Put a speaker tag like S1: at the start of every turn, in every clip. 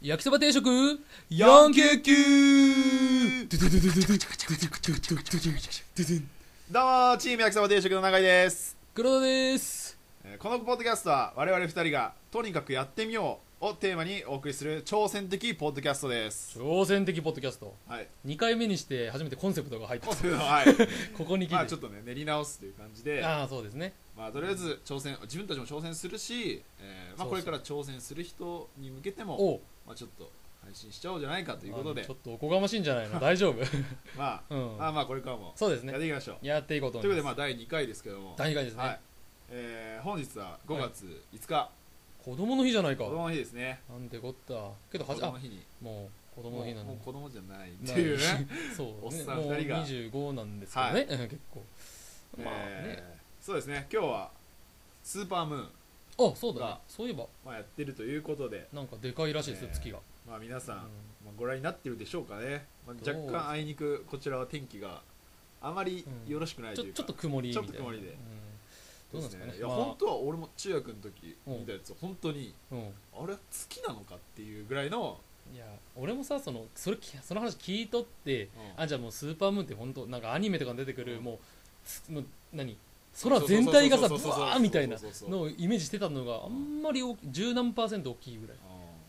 S1: 焼きそば定食4級級
S2: どうもチーム焼きそば定食の永井です
S1: 黒田です
S2: えーこのポッドキャストは我々二人がとにかくやってみようをテーマにお送りする挑戦的ポッドキャストです
S1: 挑戦的ポッドキャスト
S2: はい
S1: 2回目にして初めてコンセプトが入った
S2: コンセプトは はい
S1: ここに来
S2: まあ
S1: て
S2: ちょっとね練り直すという感じで
S1: ああそうですね
S2: まあとりあえず挑戦自分たちも挑戦するし、えー
S1: そうそ
S2: まあ、
S1: う
S2: これから挑戦する人に向けても
S1: おう
S2: まあ、ちょっと配信しちゃおうじゃないかということ
S1: あ
S2: で
S1: ちょっとおこがましいんじゃ ないの大丈夫
S2: まあ、
S1: うん
S2: まあまあこれからも
S1: そうです
S2: やっ
S1: ね
S2: ていきましょう、
S1: やっていこうと
S2: というこ
S1: 思い
S2: とで
S1: ま
S2: ますあ第2回ですけども
S1: 第2回です
S2: は
S1: ね
S2: いえー本日は5月5日、
S1: 子供の日じゃないか
S2: 子供の日ですね
S1: なんてこったけど
S2: 子
S1: はじ
S2: 供の
S1: あ
S2: 日に
S1: もう子
S2: も
S1: 供の日な
S2: うんもう
S1: で
S2: 子供じゃないっていうね
S1: ない そう
S2: おっ
S1: ね
S2: さん
S1: もう
S2: 二人が
S1: 25なんですけどね 結構まあね
S2: えーそうですね今日はスーパームーン、
S1: あそうだね
S2: が
S1: そういえば
S2: まあ、やってるということで、
S1: なんかでかいらしいですよ
S2: ね
S1: 月が
S2: まあ、皆さん、
S1: うん
S2: まあ、ご覧になってるでしょうかね、まあ、
S1: どう
S2: 若干あいにくこちらは天気があまりよろしくない
S1: ち
S2: と
S1: ょ
S2: いう
S1: ち
S2: か、
S1: ょっと曇りみたいな
S2: ちょっと曇りで
S1: うんどうなんですかね
S2: いや、
S1: まあ
S2: 本当は俺も中学の時見たやつ本当に
S1: うん
S2: あれ月なのかっていうぐらいの、
S1: いや俺もさそのそれきその話聞いとって、
S2: うん
S1: あじゃあもうスーパームーンって本当なんかアニメとかに出てくる、
S2: うん
S1: もうつもう何空全体がさブ
S2: そ
S1: ワ
S2: うそうそうそう
S1: ーみたいな
S2: そうそうそうそ
S1: の
S2: う
S1: をイメージしてたのがあんまり大き十何パーセント大きいぐらい
S2: うん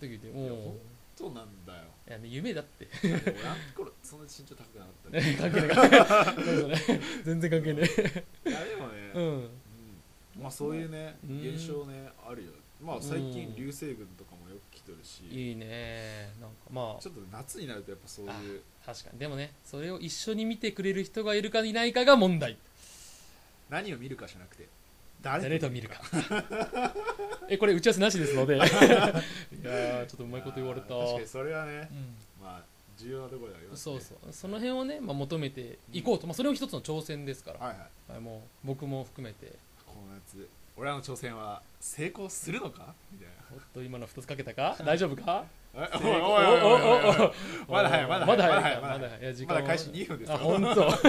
S1: 時で
S2: いや
S1: も
S2: 本当なんだよ
S1: ういや、ね、夢だって
S2: 俺あの頃そんな身長高くなかった ね
S1: 関係なかったそうだね全然関係ない
S2: いやでもね、
S1: うん
S2: まあそういうね
S1: うん
S2: 現象ねあるよまあ最
S1: うん
S2: 近流星群とかもよく来てるし
S1: いいねなんかま
S2: ちょっと夏になるとやっぱそう
S1: ああ
S2: いう
S1: 確かにでもねそれを一緒に見てくれる人がいるかいないかが問題
S2: 何を見るかじゃなくて誰
S1: 誰と見るかえこれ打ち合わせなしですのでいやーちょっとうまいこと言われた
S2: あー確かにそれはね
S1: う
S2: まあ重要なところではありま
S1: ん、
S2: すね
S1: そうそうその辺をね、まあ、求めていこうと、まあ、それも一つの挑戦ですから、
S2: はいはい
S1: はい、もう僕も含めて
S2: この夏俺らの挑戦は成功するのかみたい
S1: おっと今の2つかけたか大丈夫か
S2: なえ
S1: 成功
S2: おいおいおいおいおいおい
S1: おおお
S2: まだ早いまだ早い
S1: まだ早い
S2: まだ早い
S1: まだ早いいや時間
S2: ま
S1: は
S2: だ開始2分です
S1: あ
S2: よ
S1: 本当あ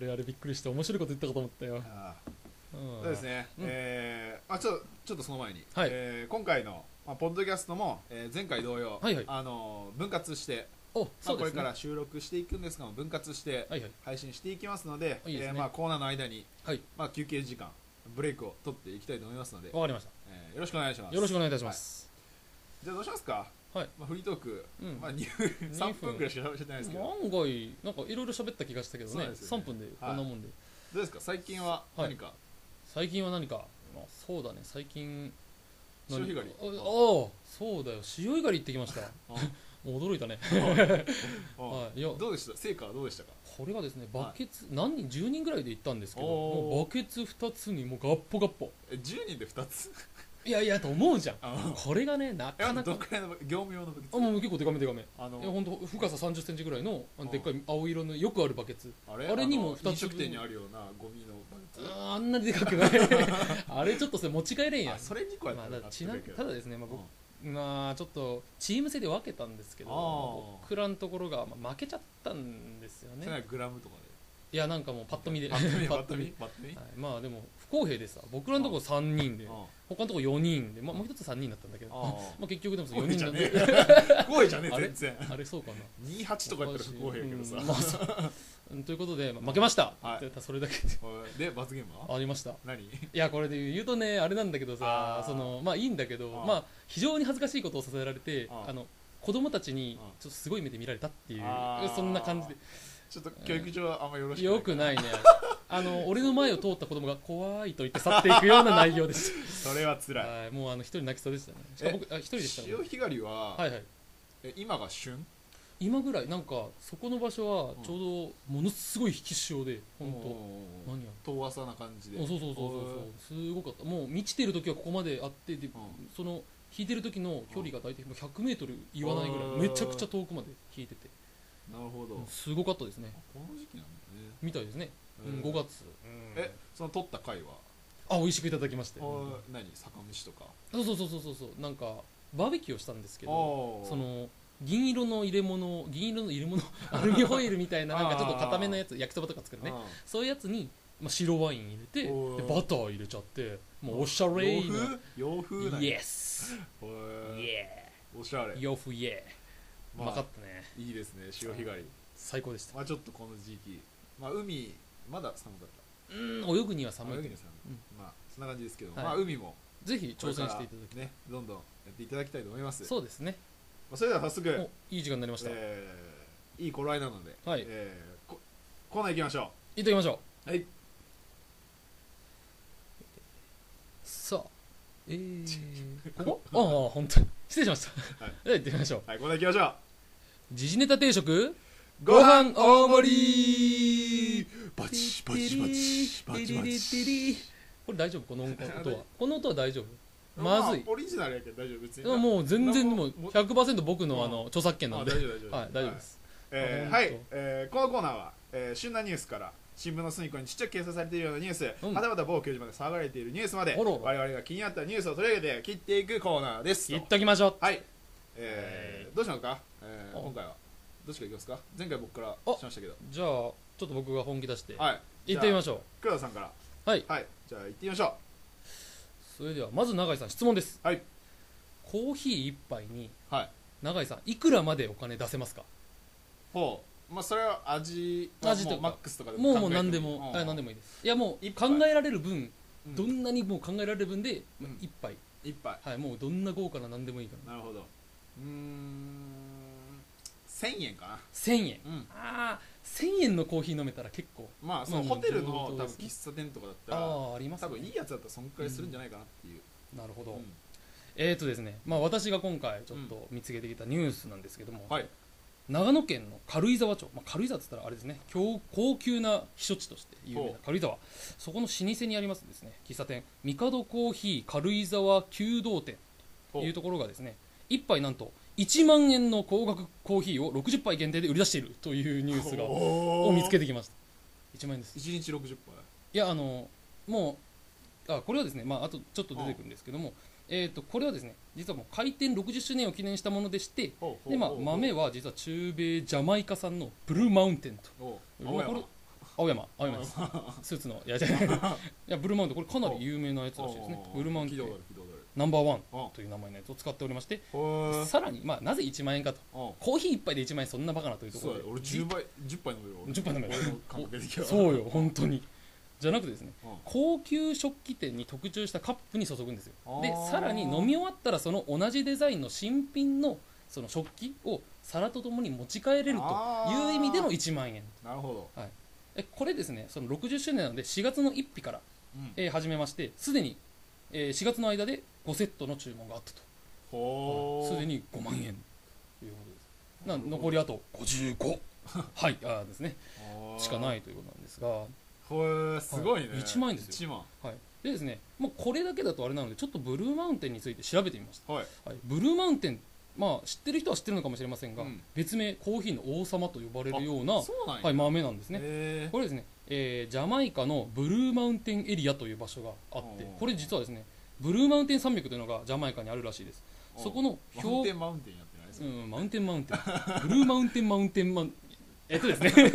S1: れあれびっくりして面白いこと言ったかと思ったよ、
S2: あー
S1: うん、
S2: そうですね、
S1: うん
S2: えーまあ、ちょちょっとその前に、
S1: はい
S2: えー今回の、まあ、ポッドキャストも、えー前回同様、
S1: はいはい
S2: あのー分割して、
S1: お
S2: ま
S1: そ
S2: あ、
S1: うで
S2: これ
S1: すね
S2: から収録していくんですが分割して
S1: はいはい
S2: 配信していきますので
S1: いいですね
S2: えーまあ、コーナーの間に、
S1: はい
S2: まあ、休憩時間ブレイクを取っていきたいと思いますので、
S1: わかりまし
S2: えーよろしくお願いしま
S1: た
S2: す
S1: よろしくお願いいたします、
S2: じゃあどうしますか、
S1: はい
S2: まあ、フリートーク、
S1: うん
S2: まあ、3分くらいしか喋ってないですけどど
S1: 案外なんかいろいろ喋った気がしたけど
S2: そう
S1: ね
S2: ですよ
S1: 3
S2: ね
S1: 分でこんなもんで、
S2: うですか最近は何か、
S1: 最近は何か、まあそうだね最近
S2: 潮干狩り
S1: 何ああそうだよ潮干狩り行ってきました もう驚いたね、
S2: うん
S1: はい、いや
S2: どうでした成果はどうでしたか
S1: これがですねバケツ、何人10人ぐらいで行ったんですけど
S2: おー
S1: もうバケツ2つにもうガッポガッポ
S2: え10人で2つ
S1: いやいやと思うじゃん
S2: あの
S1: これがねな
S2: え
S1: か
S2: あ
S1: な
S2: のど
S1: か
S2: のくらいの業務用のバケツ
S1: あもう結構デカめデカめ
S2: あの
S1: いや本当深さ3 0ンチぐらいのあの
S2: あ
S1: でっかい青色のよくあるバケツ
S2: あれ
S1: あれにも
S2: の
S1: 二つ分
S2: 飲食店にあるようなゴミのバケツ
S1: あーあんなにでかくない あれちょっとそれ持ち帰れんやん
S2: あそれ2個やっ
S1: ま
S2: た
S1: あ、
S2: ら
S1: だ
S2: 納
S1: ち
S2: 得
S1: な
S2: やけど
S1: ただですね、まあ、僕まあちょっとチーム制で分けたんですけど
S2: あー
S1: 僕らのところが、まあ、負けちゃったんですよ
S2: うんそれ
S1: ね
S2: はグラムとか
S1: いやなんかもうパッと見
S2: で
S1: で
S2: バットミ
S1: パ
S2: バ
S1: ッ
S2: ット
S1: と
S2: ミ
S1: 見
S2: バットミ
S1: はい、まあでも不公平でさ僕らのところ3人で他のところ4人で、まあ、もう一つ3人だったんだけど
S2: あー
S1: まあ結局でも4
S2: 不公平
S1: 人
S2: じゃ
S1: なん
S2: ね
S1: で
S2: 不公平じゃね
S1: あ
S2: え
S1: れ
S2: 全然
S1: あれそうかな
S2: 28とかやったら不公平やけど
S1: うんまあ
S2: さ
S1: そううんということで、まあ負けました、
S2: はい
S1: ってそれだけで
S2: おいで罰ゲームは
S1: ありました
S2: 何
S1: いやこれで言うとねあれなんだけどさ
S2: あー
S1: そのまあいいんだけど
S2: あー
S1: まあ非常に恥ずかしいことをさせられて
S2: あ
S1: あ
S2: ー
S1: の子供たちに
S2: あー
S1: ちょっとすごい目で見られたっていう
S2: あー
S1: そんな感じ
S2: ちょっと教育上はあんまよろし
S1: で
S2: く
S1: よくないいねあの俺の前を通った子供が怖いと言って去っていくような内容でし
S2: それ はつ
S1: た
S2: らい
S1: はいもうあの一人泣きそうでしたねしかも僕あ一人でした
S2: 潮
S1: ね
S2: 干狩り
S1: は
S2: はい
S1: はい
S2: え今が旬
S1: 今ぐらいなんかそこの場所はちょうどものすごい引き潮で本当
S2: 本
S1: 何や
S2: 当遠浅な感じで
S1: そうそうそうそうそうすごかったもう満ちてる時はここまであってで、
S2: ん
S1: その引いてる時の距離が大体 100m 言わないぐらい
S2: うん
S1: めちゃくちゃ遠くまで引いてて
S2: おーなるほど
S1: すごかったですね
S2: この時期なん
S1: みたいですね、
S2: だね
S1: 5月、
S2: えその取った貝は
S1: あ美味しくいただきましてそう
S2: あー何酒蒸しとか
S1: そうそうそうそうそうなんかバーベキューをしたんですけど
S2: そ
S1: その銀色の入れ物を銀色の入 れ物アルミホイルみたいななんかちょっと固めのやつ焼きそばとか作るねそういうやつに、まあ、白ワイン入れてで
S2: おー
S1: バター入れちゃってもうおしゃ
S2: 洋
S1: れ
S2: 風洋風なん
S1: な
S2: や
S1: イエス
S2: へ
S1: イ
S2: ー
S1: エー
S2: おしゃれ、
S1: 洋風イエーう
S2: ま
S1: まかっ
S2: あ、
S1: たね
S2: いいですね潮干狩り
S1: 最高でした
S2: まあちょっとこの時期まあ海まだ寒かった
S1: うん泳ぐには
S2: まあ
S1: 寒い
S2: 泳
S1: けど
S2: ぎには寒いまあそんな感じですけど
S1: はい
S2: まあ海も
S1: ぜひ
S2: これ
S1: 挑
S2: から
S1: 戦していただき
S2: ねどんどんやっていただきたいと思います
S1: そうですね
S2: まあそれでは早速
S1: おいい時間になりました、
S2: えーいい頃合いなので
S1: はい
S2: えーこコーナー行きましょ
S1: いってきましょう
S2: うはい
S1: さあえー、ここああ本当に失礼しました、
S2: はい
S1: では行ってみましょう
S2: はいコーナー行きましょう
S1: 時事ネタ定食
S2: ご飯
S1: 大
S2: 盛りバチバチバチバチバチ
S1: これ大丈夫この音
S2: あ
S1: は
S2: れ
S1: この音は大丈夫まずい
S2: あオリジナルやけど大丈夫別に
S1: でももう全然もう
S2: もう
S1: 100%僕のあ
S2: う
S1: の著作権なので
S2: あ大丈夫大丈夫
S1: はい大丈夫です
S2: えー
S1: あ
S2: は
S1: 本当
S2: い、えーこのコーナーは、えー旬なニュースから新聞の隅っこにちっちゃく掲載されているようなニュース、
S1: うん
S2: はたまた某掲示板で騒がれているニュースまで
S1: あらあら
S2: 我々が気になったニュースを取り上げて切っていくコーナーです
S1: 言っときましょう
S2: はい、えーどうしますか、えー
S1: お
S2: 今回はどっちからいきますか前回僕から
S1: お
S2: しましたけど
S1: じゃあちょっと僕が本気出して
S2: はい
S1: 行ってみま
S2: しょ
S1: しょ
S2: う黒田さんから
S1: はい
S2: はい、じゃあ行ってみましょう
S1: うそれではまず永井さん質問です
S2: はい
S1: コーヒー一杯に
S2: はい
S1: 永井さんいくらまでお金出せますか
S2: ほうまあそれは味は
S1: 味と
S2: も
S1: か
S2: うマックスとかで
S1: もう
S2: 考
S1: もう
S2: えて
S1: 何でも
S2: うん
S1: あ何でもいいですいやもう
S2: 一
S1: 考
S2: 杯
S1: えられる分
S2: うん
S1: どんなにもう考えられる分で
S2: うん
S1: まあ一杯
S2: 一杯
S1: はいもうどんな豪華な何でもいいから
S2: なるほどうーん1000円か
S1: 1000円
S2: なうん
S1: ああ1000円のコーヒー飲めたら結構
S2: まあその
S1: まあ
S2: ホテルの
S1: まあ
S2: 多
S1: 本
S2: 分
S1: 当ですね
S2: 喫茶店とかだったら
S1: あああります
S2: 多
S1: ね
S2: 分いいやつだったらそんくらいするんじゃないかなっていう、
S1: なるほ
S2: う
S1: ど、
S2: ん
S1: えーとですねまあ私が今回ちょっと見つけてきたニュースなんですけども、
S2: はい
S1: 長野県の軽井沢町、まあ、軽井沢って言ったらあれですね高高級な避暑地として有名
S2: ほ
S1: な軽井沢そこの老舗にありますですね喫茶店帝コーヒー軽井沢弓道店というところがですね一杯なんと1万円の高額コーヒーを60杯限定で売り出しているというニュースがを
S2: を
S1: 見つけてきました1万円です
S2: 1日60杯
S1: いやあのもうあこれはですね、まあ、あとちょっと出てくるんですけども、えー、とこれはですね実はもう開店60周年を記念したものでして
S2: ほう
S1: で、まあ、豆は実は中米ジャマイカ産のブルーマウンテンと
S2: ほう
S1: これ青山青 山ですスーツのいやじゃないいやブルーマウンテンこれかなり有名なやつらしいですねブルーマウンテン
S2: 聞いたことある
S1: ナンバーワン
S2: 聞いたことある
S1: という名前のやつを使っておりまして
S2: うんへー
S1: さらに、まあ、なぜ1万円かと
S2: うん
S1: コーヒー1杯で1万円そんなバカなというとこ
S2: そ
S1: ろ
S2: う
S1: で
S2: だよ俺10杯10杯飲めるよ俺
S1: 10杯飲める
S2: 俺の感覚的には
S1: そうよ本当にじゃなくてですね
S2: うん
S1: 高級食器店に特注したカップに注ぐんですよ
S2: あー
S1: でさらに飲み終わったらその同じデザインの新品のその食器を皿とともに持ち帰れるという意味での1万円
S2: なるほど
S1: えこれですねその60周年なので4月の1日から、
S2: うん
S1: えー始めましてすでに、えー4月の間で5セットの注文があったと
S2: ほ
S1: す
S2: う
S1: でに5万円ということですな残りあと55はいあーですねしかないいということなんですが
S2: ほうすごいね
S1: はい一万円です
S2: 1万
S1: はい、でですね、まあ、これだけだとあれなのでちょっとブルーマウンテンについて調べてみまし
S2: はい
S1: た、はい、ブルーマウンテン、まあ、知ってる人は知ってるのかもしれませんが、
S2: うん
S1: 別名コーヒーの王様と呼ばれるような、は
S2: そうなんや
S1: い、豆なんですね、
S2: へー
S1: これですね、えージャマイカのブルーマウンテンエリアという場所があって
S2: おー
S1: これ実はですねブルーマウンテン山脈というのがジャマイカにあるらしいです
S2: うん
S1: そこの
S2: マウンテ
S1: 標
S2: ンマウンテンやってないです
S1: う
S2: か
S1: んマウンテンマウンテンブルーマウンテンマウンテンマウンえっとですね
S2: はい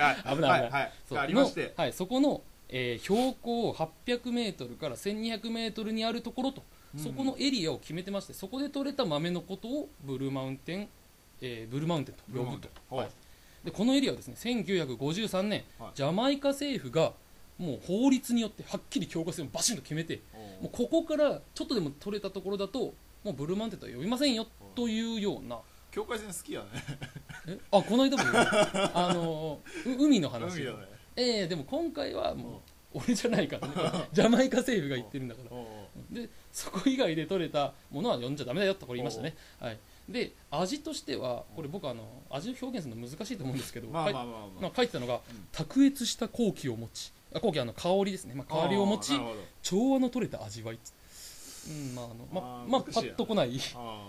S2: は い
S1: 危ない危ない
S2: はいはい
S1: そう
S2: がありまして
S1: のはい、そこの、えー標高800メートルから1200メートルにあるところと、
S2: うん
S1: そこのエリアを決めてましてそこで採れた豆のことをブルーマウンテン、えーブルーマウンテンと呼ぶと
S2: ほう
S1: はいでこのエリアはですね1953年、
S2: はい
S1: ジャマイカ政府がもう法律によってはっきり強化線をバシンと決めてもうここからちょっとでも取れたところだともうブルーマウンテンとは呼びませんよというような
S2: 境界線好きやね
S1: えあこの間も 言うあのーう海の話
S2: 海やね
S1: ええでも今回はもう俺じゃない からねジャマイカ政府が言ってるんだから
S2: おう
S1: でそこ以外で取れたものは呼んじゃダメだよってこれ言いましたね、はい、で味としてはこれ僕あの味を表現するの難しいと思うんですけ
S2: お
S1: ど
S2: うまあ
S1: は
S2: まあ
S1: い
S2: まあま
S1: ま
S2: あ
S1: あ書いてたのが
S2: うん
S1: 卓越した好機を持ちあ好機あの香りですね、まあ、香りを持
S2: あ
S1: ち
S2: ーなるほど
S1: 調和の取れた味わいっつうんまああのま
S2: あ
S1: あ
S2: ー
S1: まあ
S2: 難しい
S1: パ
S2: よね
S1: ッとこない
S2: あ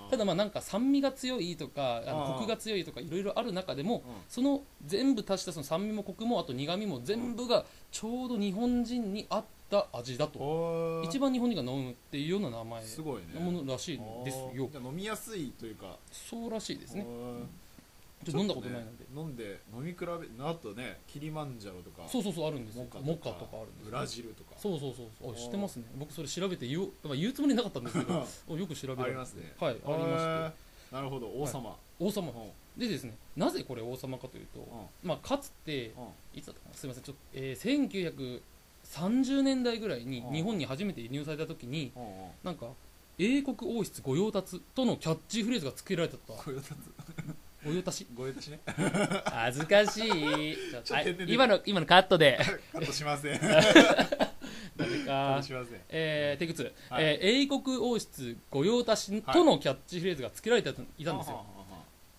S2: ー
S1: ただまあなんか酸味が強いとかあ
S2: あー
S1: のコクが強いとかいろいろある中でも、
S2: うん
S1: その全部足したその酸味もコクもあと苦味も全部がちょうど日本人に合った味だと、
S2: ほう
S1: 一番日本人が飲むっていうような名前
S2: すごいね
S1: のものらしいんです
S2: あ
S1: よ
S2: ーじゃあ飲みやすいというか
S1: そうらしいですね
S2: ほう
S1: ちょっと飲んだことないので、
S2: ちょっとね飲んで飲み比べあとねキリマンジャロとか
S1: そうそうそうあるんですよ
S2: モカ
S1: モカとかあるんです
S2: ブ
S1: よ
S2: ラジルとか
S1: そうそうそうそうあ
S2: おー
S1: 知って ますね僕それ調べて言おう、まあ、言うつもりなかったんですけどよく調べられて
S2: ありますね
S1: はいありまして
S2: しなるほど王様、
S1: 王様
S2: うん
S1: でですねなぜこれ王様かというと、まあ、かつて
S2: うんうん
S1: いつだったかなすみませんちょっと、えー1930年代ぐらいに
S2: うん
S1: 日本に初めて輸入された時に
S2: うんうん
S1: なんか英国王室御用達とのキャッチフレーズが付けられてた
S2: ご用達
S1: 御用達
S2: ご用達ね
S1: 恥ずかしい ちょ
S2: ちょっと
S1: はい
S2: 出てる
S1: 今の今のカット で
S2: カットしませんカ
S1: ダメ
S2: ッ
S1: か
S2: トしません
S1: えー、テイク2、
S2: はい
S1: えー英国王室御用達とのキャッチフレーズが付けられていたんですよ、
S2: ははは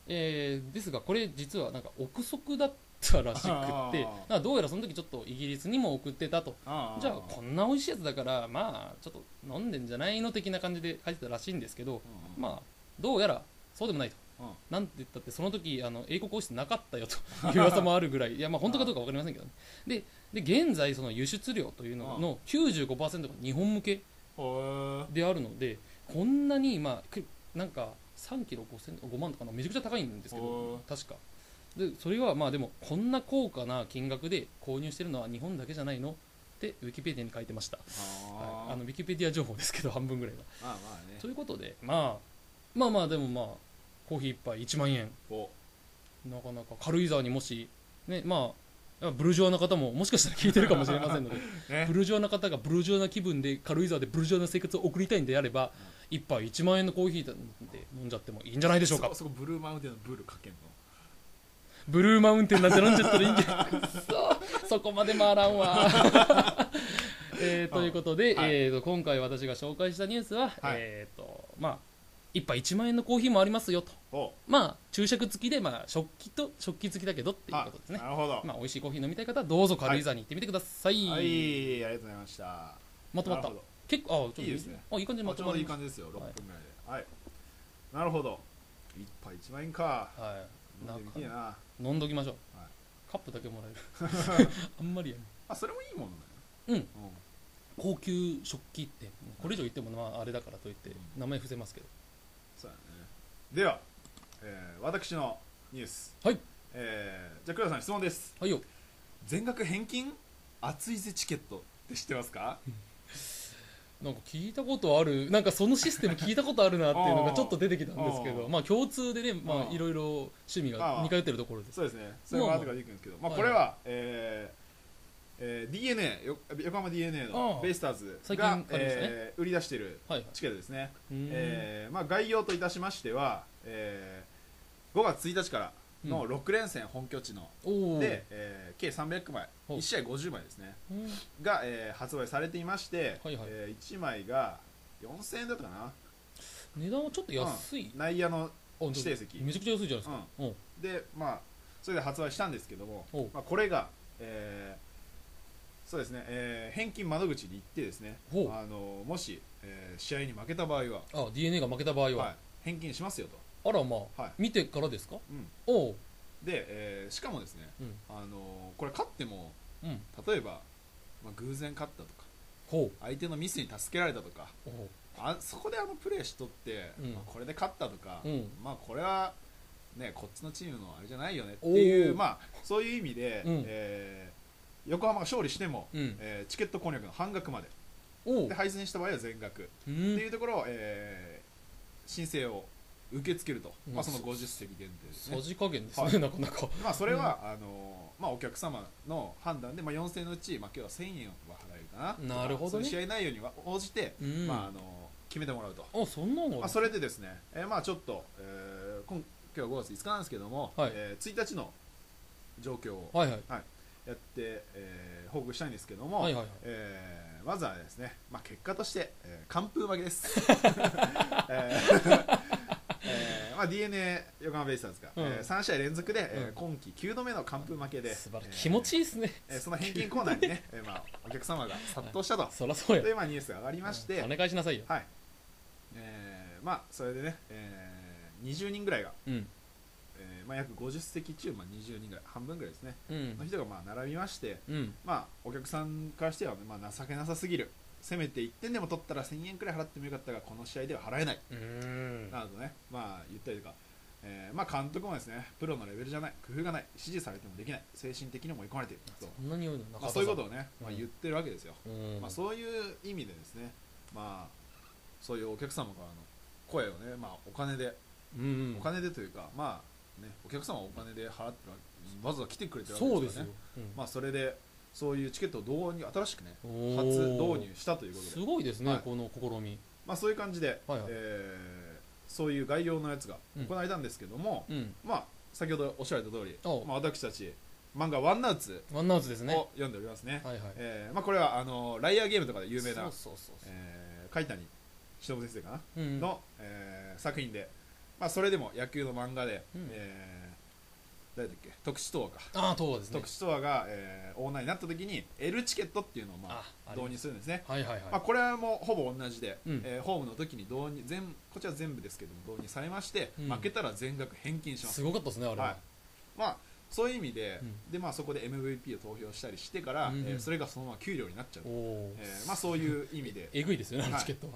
S1: えーですがこれ実はなんか憶測だったらしくっ
S2: あ
S1: て
S2: ー
S1: なんかどうやらその時ちょっとイギリスにも送ってたと
S2: ああ
S1: じゃあこんな美味しいやつだからまあちょっと飲んでんじゃないの的な感じで書いてたらしいんですけど
S2: うん
S1: まあどうやらそうでもないと。
S2: うん
S1: なんて言ったってその時あの英国王室なかったよという噂もあるぐらいいやまあ本当かどうか分かりませんけどねでで現在その輸出量というのの95%が日本向け
S2: ほー
S1: であるのでこんなにまあくなんか3キロ5000 5万とかなめちゃくちゃ高いんですけ
S2: お
S1: ど確かでそれはまあでもこんな高価な金額で購入してるのは日本だけじゃないのってウィキペディアに書いてました、はい、
S2: あ
S1: あ
S2: ー
S1: のウィキペディア情報ですけど半分ぐらいは
S2: まあまあね
S1: ということで、まあ、まあまあでもまあコーヒー一杯1万円
S2: お
S1: なかなか軽井沢にもしねまあブルジョアな方ももしかしたら聞いてるかもしれませんので
S2: ね
S1: ブルジョアな方がブルジョアな気分で軽井沢でブルジョアな生活を送りたいんであれば一杯1万円のコーヒーで飲んじゃってもいいんじゃないでしょう
S2: そ
S1: か
S2: こそこブルーマウンテンのブルーかけんの
S1: ブルーマウンテンなんて飲んじゃったらいいんじゃ ないくっそそこまで回らん わえーということで、
S2: はい
S1: えーと今回私が紹介したニュースは、えーとまあ一杯1万円のコーヒーもありますよと
S2: お
S1: まあ注釈付きで、まあ、食器と食器付きだけどっていうことですね
S2: あなるほど
S1: まあ、美味しいコーヒー飲みたい方はどうぞ軽井沢に行ってみてください、
S2: はいありがとうございました
S1: まとまっ
S2: な
S1: た
S2: るほど
S1: 結構あちょっと
S2: いいですね
S1: あいい感じに
S2: まあ
S1: ま
S2: ち
S1: と
S2: ょう
S1: ま
S2: どい
S1: り
S2: い
S1: ま
S2: 感
S1: し
S2: じですよ6分
S1: はい
S2: ぐらいではいなるほど一杯1万円か
S1: たは
S2: 飲んでみ
S1: い
S2: てえな
S1: なんか
S2: ま
S1: 飲んどきましょう、
S2: はい
S1: カップだけもらえる あんまりやね
S2: あそれもいいもんね
S1: うん
S2: うん
S1: 高級食器ってこれ以上言ってもまああれだからといって名前伏せますけど
S2: そうだねではえー私のニュース
S1: はい
S2: えーじゃあ黒田さん質問です
S1: はいよ
S2: 全額返金熱いぜチケットって知ってますか
S1: なんか聞いたことあるなんかそのシステム聞いたことあるなっていうの
S2: あ
S1: が
S2: ー
S1: ちょっと出てきたんですけ
S2: あ
S1: ど
S2: ー
S1: まあ共通でねま
S2: あ
S1: あ
S2: ー
S1: いろいろ趣味
S2: あ
S1: が
S2: ー
S1: 似通ってるところです
S2: そうですねそれも後からできるんですけど、まあ、
S1: まあ
S2: これは、えーえー DNA よ横浜 DNA
S1: あ
S2: の
S1: あ
S2: ベイスターズ
S1: 最近
S2: が、
S1: 買いましたね
S2: えー売り出している
S1: はいはい
S2: チケットですね、
S1: うーん
S2: えーまあ、概要といたしましては、えー5月1日からの
S1: う
S2: 6連戦本拠地の、
S1: おお
S2: で、えー計300枚
S1: お
S2: 1試合50枚ですね
S1: うん
S2: が、えー発売されていまして、
S1: はいはい
S2: え1枚が4000円だったかな
S1: 値段はちょっと安い
S2: 内野の、
S1: あでも
S2: 指定席
S1: めちゃくちゃ安いじゃないです
S2: う
S1: か
S2: ん、
S1: うん
S2: でまあそれで発売したんですけども
S1: おう、
S2: まあ、これが、えーそうですね、えー返金窓口に行ってですね
S1: ほう
S2: あのもし、えー試合に負けた場合は、
S1: あ DNA が負けた場合は、
S2: はい返金しますよと、
S1: あらまあ、
S2: はい
S1: 見てからですか
S2: うん
S1: おう
S2: でえーしかもですね
S1: うん
S2: あのこれ勝っても
S1: うん
S2: 例えば、まあ、偶然勝ったとか
S1: ほ
S2: 相手のミスに助けられたとか
S1: うおう
S2: あそこであのプレーしとって、
S1: うん
S2: まあこれで勝ったとか、
S1: うん
S2: まあこれは、ね、こっちのチームのあれじゃないよねってい
S1: お
S2: う、
S1: ー
S2: まあ、そういう意味で、
S1: うん
S2: えー横浜が勝利しても、
S1: うん
S2: えーチケット購入額の半額まで
S1: おう
S2: で配膳した場合は全額っ
S1: う
S2: て
S1: ん
S2: いうところを、えー申請を受け付けると、
S1: うん
S2: まあ、その50席限定ですね
S1: さ。じ加減ですね、
S2: はい
S1: なかなか
S2: まあ、それは、あのーまあ、お客様の判断で、まあ、4000円のうち、まあ、今日は1000円は払えるかな
S1: なるほどね
S2: そういう試合内容には応じて、
S1: うん
S2: まああのー決めてもらうと
S1: あそんなの
S2: まあ、
S1: あ
S2: それでですね、えーまあ、ちょっと、えー今今日は5月5日なんですけども、
S1: はい
S2: えー1日の状況を
S1: はいはい
S2: やって、えー報告したいんですけども、
S1: はいはいはい
S2: えーまずはですね、まあ、結果として、えー完封負け です、えーまあ、d n a 横浜ベイスターズが、
S1: うん
S2: え3試合連続で、えー
S1: うん
S2: 今季9度目の完封負けで、
S1: 素晴らしい気持ちいいですね、
S2: えーえーその返金コーナーにね、えーまあ、お客様が殺到したと、
S1: そりゃそうや
S2: という、まあ、ニュースが上がりまして、
S1: 跳ね返しなさいよ
S2: はいえーまあそれでね、えー20人ぐらいが、
S1: うん
S2: えーまあ、約50席中、まあ、20人ぐらい半分ぐらいですね
S1: う
S2: の
S1: ん
S2: 人がまあ並びまして、
S1: うん
S2: まあ、お客さんからしては、まあ、情けなさすぎるせめて1点でも取ったら1000円くらい払ってもよかったがこの試合では払えない、
S1: うーん
S2: などとね、まあ、言ったりとか、えーまあ、監督もですねプロのレベルじゃない工夫がない指示されてもできない精神的にも追い込まれていると
S1: そんなに多いのな
S2: まあ、そういうことをね、まあ、
S1: うん
S2: 言ってるわけですよ、
S1: うん
S2: まあ、そういう意味でですね、まあ、そういうお客様からの声をね、まあ、お金で
S1: うん
S2: お金でというか、まあね、お客様はお金で払ってるわけわざわざ来てくれてるわけ
S1: そう
S2: で
S1: ですす
S2: から
S1: よ
S2: ね、まあ、それでそういうチケットを導入新しくね
S1: お
S2: 初
S1: ー
S2: 導入したということ
S1: す
S2: で、
S1: ごいですね、
S2: はい
S1: この試み
S2: まあ、そういう感じで、
S1: はいはい
S2: えーそういう概要のやつが行われたんですけども、
S1: うん
S2: まあ、先ほどおっしゃられた通り
S1: お、
S2: まあ、私たち漫画「ワンナウツ
S1: ワンナウツです」ね
S2: を読んでおりますね
S1: はいはい
S2: えーまあ、これはあのライアーゲームとかで有名
S1: そ
S2: な
S1: うそうそうそう
S2: えー貝谷忍先生かな、
S1: うんうん
S2: の、えー作品で、まあ、それでも野球の漫画で、
S1: うん
S2: えー誰だっけ徳志東亜か
S1: ああそうですね
S2: 特殊トアが、えーオーナーになった時に L チケットっていうのを、まあ
S1: ああります
S2: 導入するんですね、
S1: はいはいはい、
S2: まあ、これはもうほぼ同じで、
S1: うん
S2: えーホームの時に導入全こちら全部ですけども導入されまして、
S1: うん
S2: 負けたら全額返金します
S1: すごかったですねあれは、
S2: はいまあそういう意味で,、
S1: うん
S2: でまあ、そこで MVP を投票したりしてから、
S1: うんうん
S2: えーそれがそのまま給料になっちゃう
S1: お、おー、
S2: えーまあ、そういう意味で
S1: えぐいですよねあの
S2: はい
S1: チケットは、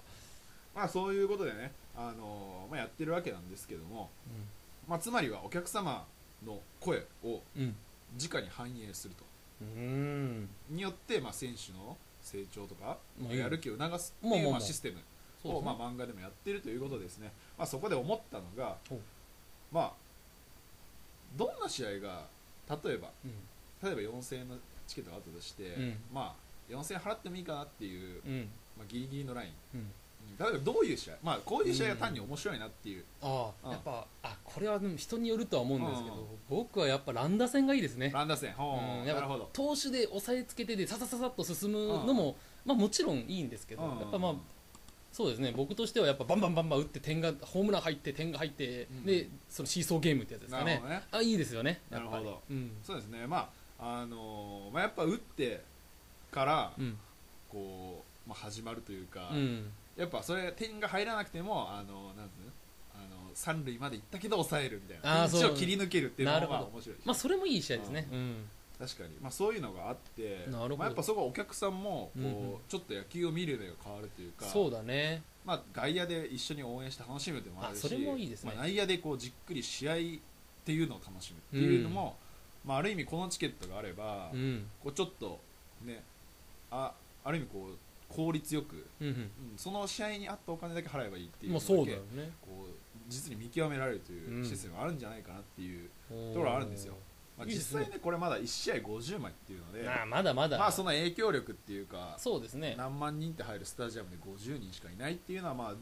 S2: まあそういうことでね、あのーまあ、やってるわけなんですけども、まあ、つまりはお客様の声を
S1: うんうん
S2: 直に反映すると
S1: うーん
S2: によって、まあ、選手の成長とか、
S1: まあ
S2: やる気を促すっていう、
S1: まあまあ
S2: ま
S1: ま
S2: あ、
S1: あ
S2: システム
S1: そうで
S2: を、
S1: すね
S2: まあ、漫画でもやってるということですね、まあ、そこで思ったのが
S1: ほう、
S2: まあ、どんな試合が例えば
S1: う
S2: 例えば4000円のチケットがあったとして、
S1: うん
S2: まあ、4000円払ってもいいかなっていう、
S1: んうん
S2: まあ、ギリギリのライン
S1: うん
S2: 例えばどういう試合、まあ、こういう試合が単に面白いなっていう、
S1: あ
S2: うん
S1: あやっぱあこれはでも人によるとは思うんですけど、
S2: うん
S1: 僕はやっぱ乱打戦がいいです ね
S2: ランダー戦、ほう
S1: うんやっ
S2: な
S1: ぱ
S2: るほど。
S1: 投手で押さえつけてでささささっと進むのも、まあ、もちろんいいんですけど、やっぱまあそうですね僕としてはやっぱバンバンバンバン打って点がホームラン入って点が入って、
S2: うん
S1: でそのシーソーゲームってやつです
S2: な
S1: か
S2: る
S1: ね
S2: ほどね
S1: あいいですよねやっぱり
S2: なるほど
S1: うん
S2: そうですねまああのーまあ、やっぱ打ってから
S1: うん
S2: こう、まあ、始まるというか、
S1: うん
S2: やっぱそれ点が入らなくてもあのーなんつうのあのー三塁まで行ったけど抑えるみたいな
S1: あー
S2: ピンチを
S1: そう
S2: 切り抜けるっていうの
S1: なる
S2: が
S1: ほ
S2: ま
S1: ど
S2: あ面白いし、
S1: まあそれもいい試合ですねうん
S2: 確かに、まあ、そういうのがあって
S1: なるほど
S2: まあ、やっぱそこはお客さんもこう、
S1: うんうん
S2: ちょっと野球を見る目が変わるというか
S1: そうだね
S2: まあ、外野で一緒に応援して楽しむっていうのもあるし
S1: あそれもいいですね
S2: まあ、内野でこうじっくり試合っていうのを楽しむっていうのも、まあ、ある意味このチケットがあれば、
S1: うん
S2: こうちょっとねあある意味こう効率よく、
S1: うん
S2: うん、その試合に合ったお金だけ払えばいいっ
S1: う
S2: てい
S1: ん
S2: う
S1: まあ
S2: の
S1: そう
S2: け
S1: だよね
S2: こう実に見極められるといううんシステムがあるんじゃないかなっていう、
S1: と
S2: ところあるんですよまあ、
S1: いいで
S2: 実
S1: す
S2: 際
S1: ね
S2: ねこれまだ1試合50枚っていうので
S1: まあまだまだ
S2: まあその影響力っていうか
S1: そうですね
S2: 何万人って入るスタジアムで50人しかいないっていうのはまあ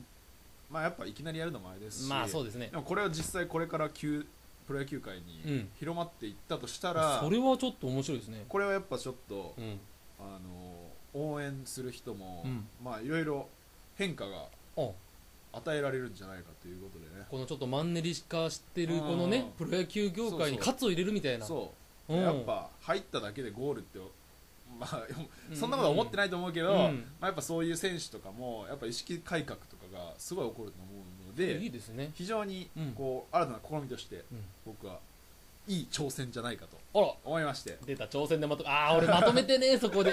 S2: まあやっぱいきなりやるのもあれですし、
S1: まあそうですね
S2: でもこれは実際これから球プロ野球界
S1: う
S2: に
S1: ん
S2: 広まっていったとしたら、
S1: それはちょっと面白いですね
S2: これはやっぱちょっと
S1: うん
S2: あの応援する人も、
S1: うん
S2: まあいろいろ変化が
S1: あ
S2: 与えられるんじゃないかということでね
S1: このちょっとマンネリ化してるこの
S2: うん
S1: ねプロ野球業界に喝を入れるみたいな
S2: そう、
S1: うん
S2: やっぱ入っただけでゴールって まあ
S1: うん
S2: そんなことは思ってないと思うけど、
S1: うん
S2: まあ、やっぱそういう選手とかもやっぱ意識改革とかがすごい起こると思うので
S1: いいですね
S2: 非常に
S1: うん
S2: こう新たな試みとして
S1: うん
S2: 僕はいい挑戦じゃないかと
S1: あら
S2: 思いまして
S1: 出た挑戦でまとめああ俺まとめてね そこで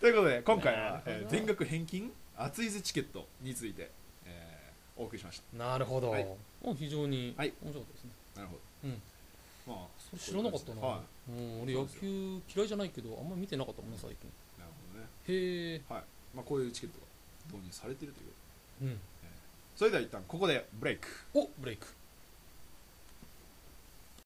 S2: ということで今回
S1: なる
S2: は
S1: ほ、ど
S2: えー全額返金熱いぜチケットについて、えーお送りしまし
S1: なるほど、
S2: はい
S1: もう非常に
S2: はい
S1: 面白かったですね、
S2: たなるほ
S1: うん
S2: ど、まあ、
S1: それ知らなかったな、
S2: は
S1: うん、俺野球嫌いじゃないけどあんまり見てなかったもんな最近
S2: いなるほどね
S1: へえ、
S2: はいまあ、こういうチケットが導入されているということで
S1: うん、
S2: それでは一旦ここでブレイク
S1: おブレイク